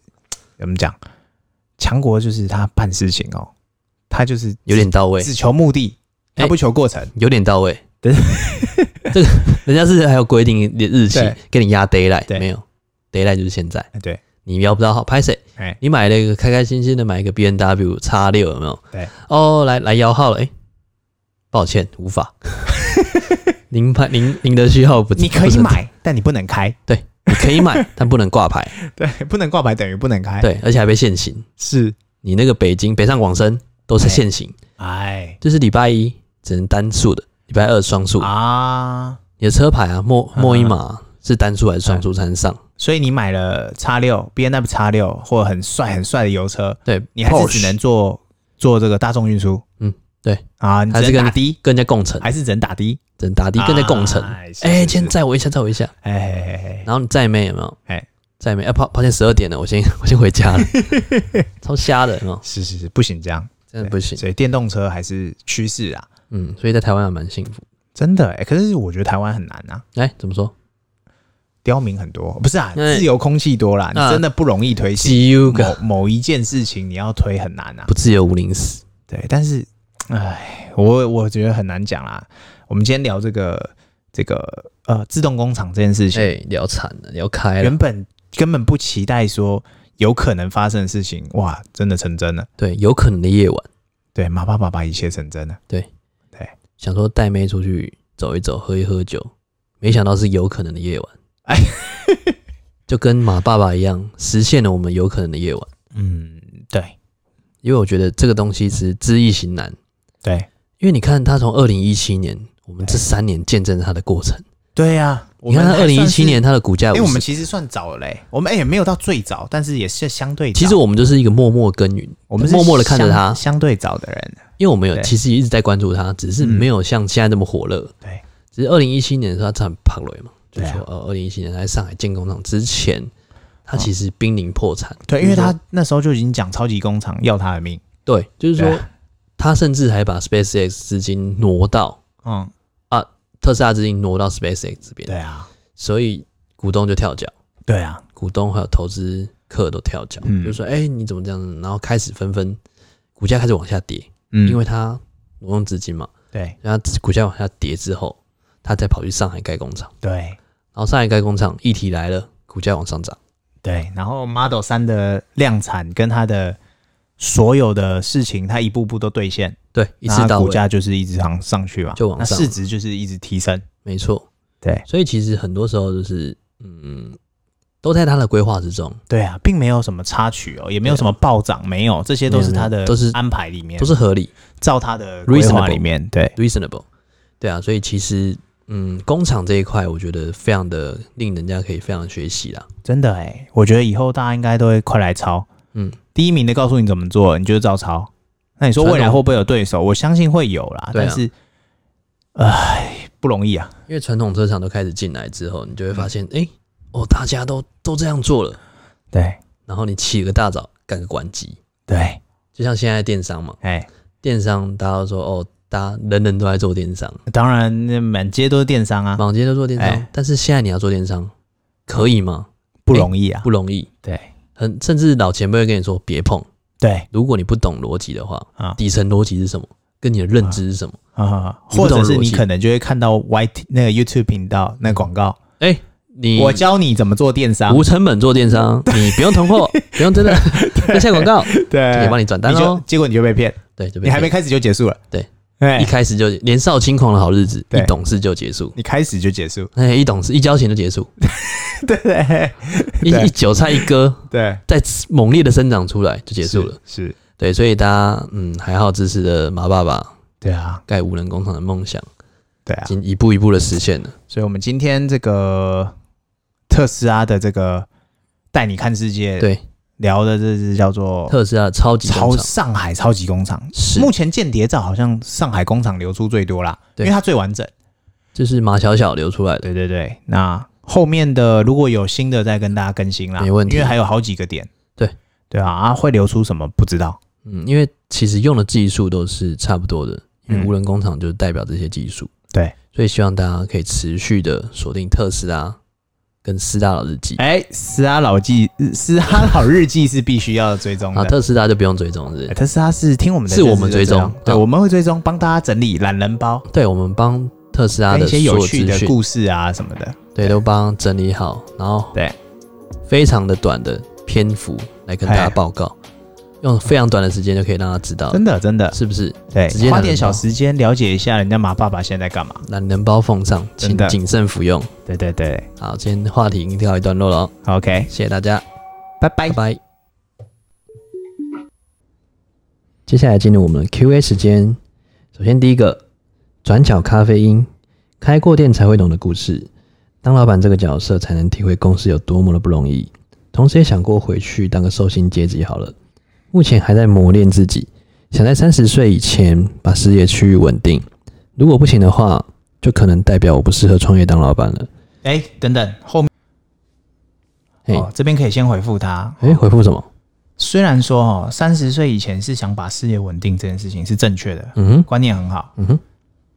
S2: 怎么讲，强国就是他办事情哦，他就是
S1: 有点到位，
S2: 只求目的，他
S1: 哎
S2: 不求过程。
S1: 有点到位。
S2: 对，
S1: 这个人家是还有规定日期
S2: 对，
S1: 给你压 d a y l i g h t
S2: 对
S1: 没有 d a y l i g h t 就是现在，
S2: 哎，对，
S1: 你要不知道好拍谁？
S2: 哎，
S1: 你买了一个开开心心的买一个 B N W 叉六有没有？
S2: 对，
S1: 哦，来来摇号了，哎、抱歉，无法。 您拍您您的序号不，
S2: 你可
S1: 不
S2: 以
S1: 是，
S2: 买，但你不能开，
S1: 你可以买， 但不能挂牌，
S2: 对，不能挂牌等于不能开，，
S1: 对，而且还被限行。
S2: 是，
S1: 你那个北京北上广深都是限行，
S2: 哎
S1: 就是礼拜一只能单数的，礼拜二双数。
S2: 啊，
S1: 你的车牌啊，末末一码是单数还是双数才能上？
S2: 所以你买了叉六 B N W 叉六或很帅很帅的油车，
S1: 对，
S2: 你还是
S1: Porsche
S2: 只能坐坐这个大众运输，
S1: 嗯，对
S2: 啊，你
S1: 还
S2: 只
S1: 是
S2: 能打
S1: 跟
S2: 的，
S1: 跟人家共乘，
S2: 还是只能打的，
S1: 只能打的跟人家共乘。
S2: 哎是
S1: 哎，
S2: 是
S1: 先
S2: 是
S1: 载我一下，载我一下，
S2: 哎哎哎哎，
S1: 然后你载妹有没有？
S2: 哎，
S1: 载妹，哎，抱抱歉，十二点了，我先 我先回家了，超瞎的，有没有？
S2: 是是是，不行这样，
S1: 真的不行，
S2: 所以电动车还是趋势啊，
S1: 嗯，所以在台湾还蛮幸福。
S2: 真的哎、可是我觉得台湾很难啊，
S1: 哎，怎么说
S2: 刁民很多，不是啊，
S1: 嗯
S2: 自由空气多啦，你
S1: 嗯
S2: 真的不容易推行。
S1: ？G U
S2: 某某一件事情你要推很难啊，
S1: 不自由无宁死，
S2: 对，但是，唉，我我觉得很难讲啦。我们今天聊这个这个呃自动工厂这件事情，
S1: 哎，聊惨了，聊开了
S2: 原。本根本不期待说有可能发生的事情，哇，真的成真了。
S1: 对，有可能的夜晚，
S2: 对，马爸爸把一切成真了。
S1: 想说带妹出去走一走，喝一喝酒，没想到是有可能的夜晚。
S2: 哎
S1: 哎， 就跟马爸爸一样，实现了我们有可能的夜晚。
S2: 嗯，对
S1: 因为我觉得这个东西是知易行难，
S2: 对
S1: 因为你看他从二零一七年，我们这三年见证他的过程。
S2: 对呀、啊，我
S1: 你
S2: 们
S1: 看他
S2: 还
S1: 二零一
S2: 算是
S1: 七，年他的股价
S2: 哎、
S1: 五
S2: 我们
S1: 十，
S2: 其实算早了嘞、我们哎、也没有到最早，但是也是相对早。
S1: 其实我们就是一个默默耕耘，
S2: 我们是
S1: 默默的看着
S2: 相
S1: 他，
S2: 相对早的人。
S1: 因为我们有
S2: 对嗯
S1: 其实一直在关注他，只是没有像现在那么火热。
S2: 对，
S1: 只是二零一七年的时候他很胖了嘛，就
S2: 对啊
S1: 说呃二零一七年他在上海建工厂之前，他
S2: 哦
S1: 其实濒临破产。
S2: 对，因为
S1: 就是说
S2: 他那时候就已经讲超级工厂要他的命。
S1: 对，就是
S2: 对啊
S1: 说他甚至还把 SpaceX 资金挪到
S2: 嗯，
S1: 特斯拉资金挪到 SpaceX 这边，
S2: 对啊，
S1: 所以股东就跳脚。
S2: 对啊，
S1: 股东还有投资客都跳脚，
S2: 嗯
S1: 就说：“哎、你怎么这样子？”然后开始纷纷股价开始往下跌，
S2: 嗯，
S1: 因为他挪用资金嘛，
S2: 对
S1: 然后股价往下跌之后，他再跑去上海盖工厂，
S2: 对
S1: 然后上海盖工厂议题来了，股价往上涨，
S2: 对，然后 Model 三的量产跟它的所有的事情，它一步步都兑现，
S1: 对，一次
S2: 那
S1: 到
S2: 股
S1: 位，
S2: 价就是一直上上去嘛，
S1: 就往上
S2: 那市值就是一直提升。
S1: 没错。
S2: 对
S1: 所以其实很多时候就是，嗯，都在他的规划之中，
S2: 对啊，并没有什么插曲哦，也没有什么暴涨，没有，这些都是它
S1: 啊没有没
S2: 的
S1: 有都是
S2: 安排里面，
S1: 都是合理、
S2: 照它的规划
S1: reasonable
S2: 里面。对，
S1: reasonable，对啊。所以其实，嗯，工厂这一块，我觉得非常的令人家可以非常学习啦。
S2: 真的哎，我觉得以后大家应该都会快来抄。
S1: 嗯，
S2: 第一名的告诉你怎么做，你就是照抄。那你说未来会不会有对手？我相信会有啦，
S1: 对啊
S2: 但是，唉，不容易啊。
S1: 因为传统车厂都开始进来之后，你就会发现，
S2: 嗯
S1: 哎、哦，大家都都这样做了，
S2: 对
S1: 然后你起个大早干个关机，
S2: 对，
S1: 就像现在电商嘛，
S2: 哎，
S1: 电商大家都说哦，大家人人都在做电商，
S2: 当然，那满街都是电商啊，
S1: 满街都做电商，
S2: 哎
S1: 但是现在你要做电商，可以吗？
S2: 不容易啊。
S1: 不容易，
S2: 对
S1: 很甚至老前辈会跟你说别碰，
S2: 对
S1: 如果你不懂逻辑的话，
S2: 啊
S1: 底层逻辑是什么，跟你的认知是什么，
S2: 啊，
S1: 你不
S2: 或
S1: 懂
S2: 者是
S1: 逻
S2: 你
S1: 辑
S2: 可能就会看到 YT 那个 YouTube 频道那广告，
S1: 哎、你
S2: 我教你怎么做电商
S1: 无，成本做电商，你不用囤 货，不用真的在下广告，可
S2: 对，哎
S1: 以帮你转单
S2: 你就
S1: 哦。
S2: 结果你就被骗，
S1: 对，就被
S2: 你还
S1: 骗
S2: 没开始就结束了，
S1: 对，一
S2: 哎，
S1: 开始就年少轻狂的好日子，
S2: 对
S1: 一懂事就结束。
S2: 你开始就 结束，
S1: 哎，一懂事一交钱就结束，
S2: 对对
S1: 一
S2: 对
S1: 一韭菜一割，
S2: 对，
S1: 再猛烈的生长出来就结束了。
S2: 是，是，
S1: 对，所以大家嗯还好支持的马爸爸
S2: 对啊，
S1: 盖无人工厂的梦想，
S2: 对啊
S1: 已，经一步一步的实现了。
S2: 所以我们今天这个特斯拉的这个带你看世界，
S1: 对，
S2: 聊的这是叫做
S1: 特斯拉的超级工
S2: 哦超
S1: 厂
S2: 上海超级工厂。
S1: 是，
S2: 目前间谍照好像上海工厂流出最多啦，因
S1: 对
S2: 为它最完整。
S1: 就是马小小流出来的，
S2: 对对对，那后面的如果有新的再跟大家更新啦，
S1: 没问题
S2: 因为还有好几个点。
S1: 对
S2: 对啊，啊会流出什么不知道。
S1: 嗯，因为其实用的技术都是差不多的，因为
S2: 嗯
S1: 无人工厂就代表这些技术，
S2: 对，
S1: 所以希望大家可以持续的锁定特斯拉跟斯大佬日记。
S2: 哎，斯拉老记，斯拉老日记是必须要追踪
S1: 啊，
S2: 的。
S1: 特斯拉就不用追踪是不
S2: 哎
S1: 是？
S2: 特斯拉是听我们的，
S1: 是我们追踪
S2: 对，
S1: 啊
S2: 我们会追踪，帮大家整理懒人包，
S1: 对，我们帮特斯拉
S2: 跟
S1: 的
S2: 一
S1: 所
S2: 些有
S1: 有
S2: 趣
S1: 资
S2: 的
S1: 讯，
S2: 故事啊什么的。
S1: 对，都帮整理好，然后
S2: 对，
S1: 非常的短的篇幅来跟大
S2: 哎
S1: 家报告，用非常短的时间就可以让他知道了，
S2: 真的真的，
S1: 是不是？
S2: 对
S1: 直接，懒人包
S2: 花点小时间了解一下人家马爸爸现在在干嘛。
S1: 懒人包奉上，
S2: 真
S1: 请
S2: 的
S1: 谨慎服用。
S2: 对对对
S1: 好，今天的话题已经告一段落了哦，
S2: ，OK，
S1: 谢谢大家，
S2: 拜拜
S1: 拜。拜。接下来进入我们的 Q&A 时间。首先第一个，转角咖啡因，开过店才会懂的故事。当老板这个角色，才能体会公司有多么的不容易。同时也想过回去当个寿星阶级好了。目前还在磨练自己，想在三十岁以前把事业趋于稳定。如果不行的话，就可能代表我不适合创业当老板了。
S2: 哎，等等，后面
S1: 嘿
S2: 哦，这边可以先回复他。哦
S1: 诶，回复什么？
S2: 虽然说哦，三十岁以前是想把事业稳定这件事情是正确的，
S1: 嗯哼，
S2: 观念很好。
S1: 嗯哼，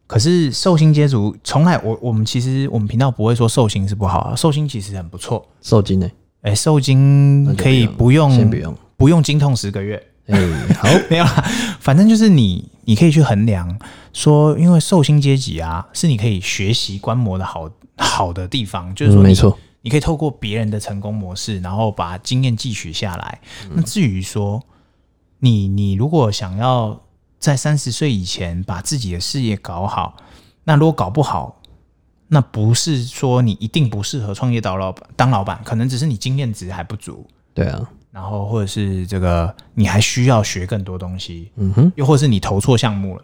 S2: 可是寿星接族从来我我们其实我们频道不会说寿星是不好啊，寿星其实很不错。
S1: 受惊呢、
S2: 哎，寿星可以不
S1: 先
S2: 用
S1: 不用。
S2: 不用经痛十个月，
S1: 哎、 好，
S2: 没有啦，反正就是你，你可以去衡量说，因为寿星阶级啊，是你可以学习观摩的好好的地方，就是
S1: 嗯，
S2: 说你、
S1: 没错，
S2: 你可以透过别人的成功模式，然后把经验汲取下来。
S1: 嗯
S2: 那至于说你你如果想要在三十岁以前把自己的事业搞好，那如果搞不好，那不是说你一定不适合创业当老板，当老板可能只是你经验值还不足，
S1: 对啊，
S2: 然后或者是这个你还需要学更多东西。
S1: 嗯哼，
S2: 又或是你投错项目了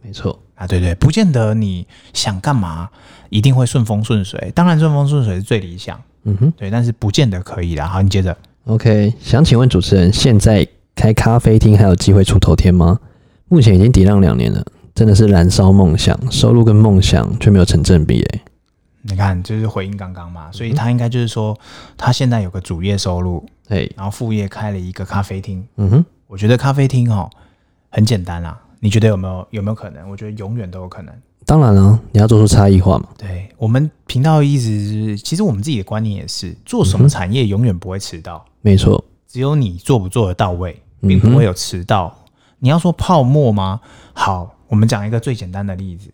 S1: 没错，
S2: 啊，对对，不见得你想干嘛一定会顺风顺水，当然顺风顺水是最理想，
S1: 嗯哼
S2: 对，但是不见得可以啦。好，你接着，
S1: ，OK，想请问主持人，现在开咖啡厅还有机会出头天吗？目前已经抵浪两年了，真的是燃烧梦想，收入跟梦想却没有成正比、欸，
S2: 你看就是回应刚刚嘛，所以他应该就是说他现在有个主业收入，
S1: 哎、
S2: 然后副业开了一个咖啡厅。
S1: 嗯哼，
S2: 我觉得咖啡厅哦很简单啦，你觉得有没有有没有可能？我觉得永远都有可能。
S1: 当然了、啊你要做出差异化嘛，
S2: 对我们频道一直，其实我们自己的观念也是，做什么产业永远不会迟到。
S1: 没错，
S2: 只有你做不做得到位，
S1: 嗯哼
S2: 并不会有迟到。你要说泡沫吗？好，我们讲一个最简单的例子，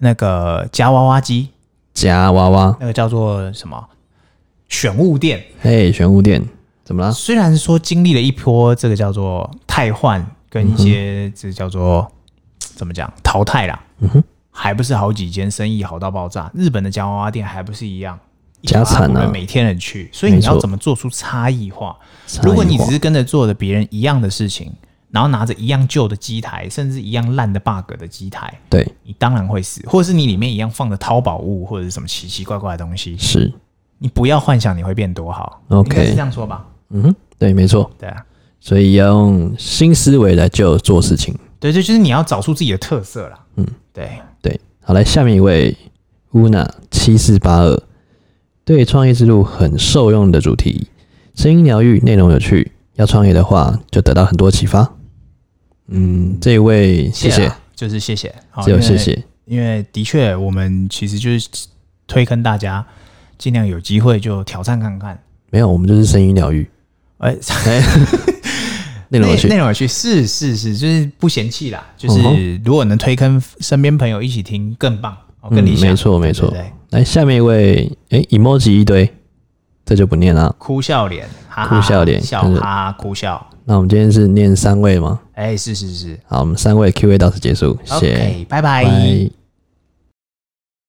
S2: 那个夹娃娃机，
S1: 夹娃娃，
S2: 那个叫做什么？选物店。
S1: 嘿，哎玄武店怎么啦？
S2: 虽然说经历了一波这个叫做
S1: 嗯
S2: 汰换跟一些这叫做怎么讲淘汰啦，
S1: 嗯哼，
S2: 还不是好几间生意好到爆炸。日本的夹娃娃店还不是一样，
S1: 家产啊
S2: 一发不可每天人去，所以你
S1: 没错
S2: 要怎么做出差异化？
S1: 差异化
S2: 如果你只是跟着做的别人一样的事情，然后拿着一样旧的机台，甚至一样烂的 bug 的机台，
S1: 对，
S2: 你当然会死，或者是你里面一样放的淘宝物或者是什么奇奇怪怪的东西，
S1: 是，
S2: 你不要幻想你会变多好。
S1: OK
S2: 应该是这样说吧？
S1: 嗯哼，对，没错，
S2: 对啊，
S1: 所以要用新思维来就做事情。
S2: 对，这就是你要找出自己的特色啦。嗯，对，
S1: 对，好来，下面一位 Una 七四八二，对创业之路很受用的主题，声音疗愈，内容有趣。要创业的话，就得到很多启发。嗯，这一位谢谢
S2: 啦，，就是谢谢，好
S1: 只有谢，谢。
S2: 因为因为的确我们其实就是推坑大家，尽量有机会就挑战看看。
S1: 没有，我们就是声音疗 愈，
S2: 哎，
S1: 内容有
S2: 内
S1: 趣。
S2: 容有趣，是是是，就是不嫌弃啦，就
S1: 嗯
S2: 是
S1: 哼
S2: 如果能推坑身边朋友一起听，更棒，哦、更
S1: 嗯
S2: 理，想。
S1: 没错没错
S2: 对。对，
S1: 来，下面一位，哎，emoji 一堆，这就不念了。
S2: 哭笑脸，哈哈
S1: 哭笑脸
S2: 笑
S1: 真
S2: 哈
S1: 的
S2: 哈哭笑，
S1: 那我们今天是念三位吗？
S2: 哎，是是是
S1: 好，我们三位 Q&A 到此结束，谢谢。
S2: ，OK，拜拜。
S1: 拜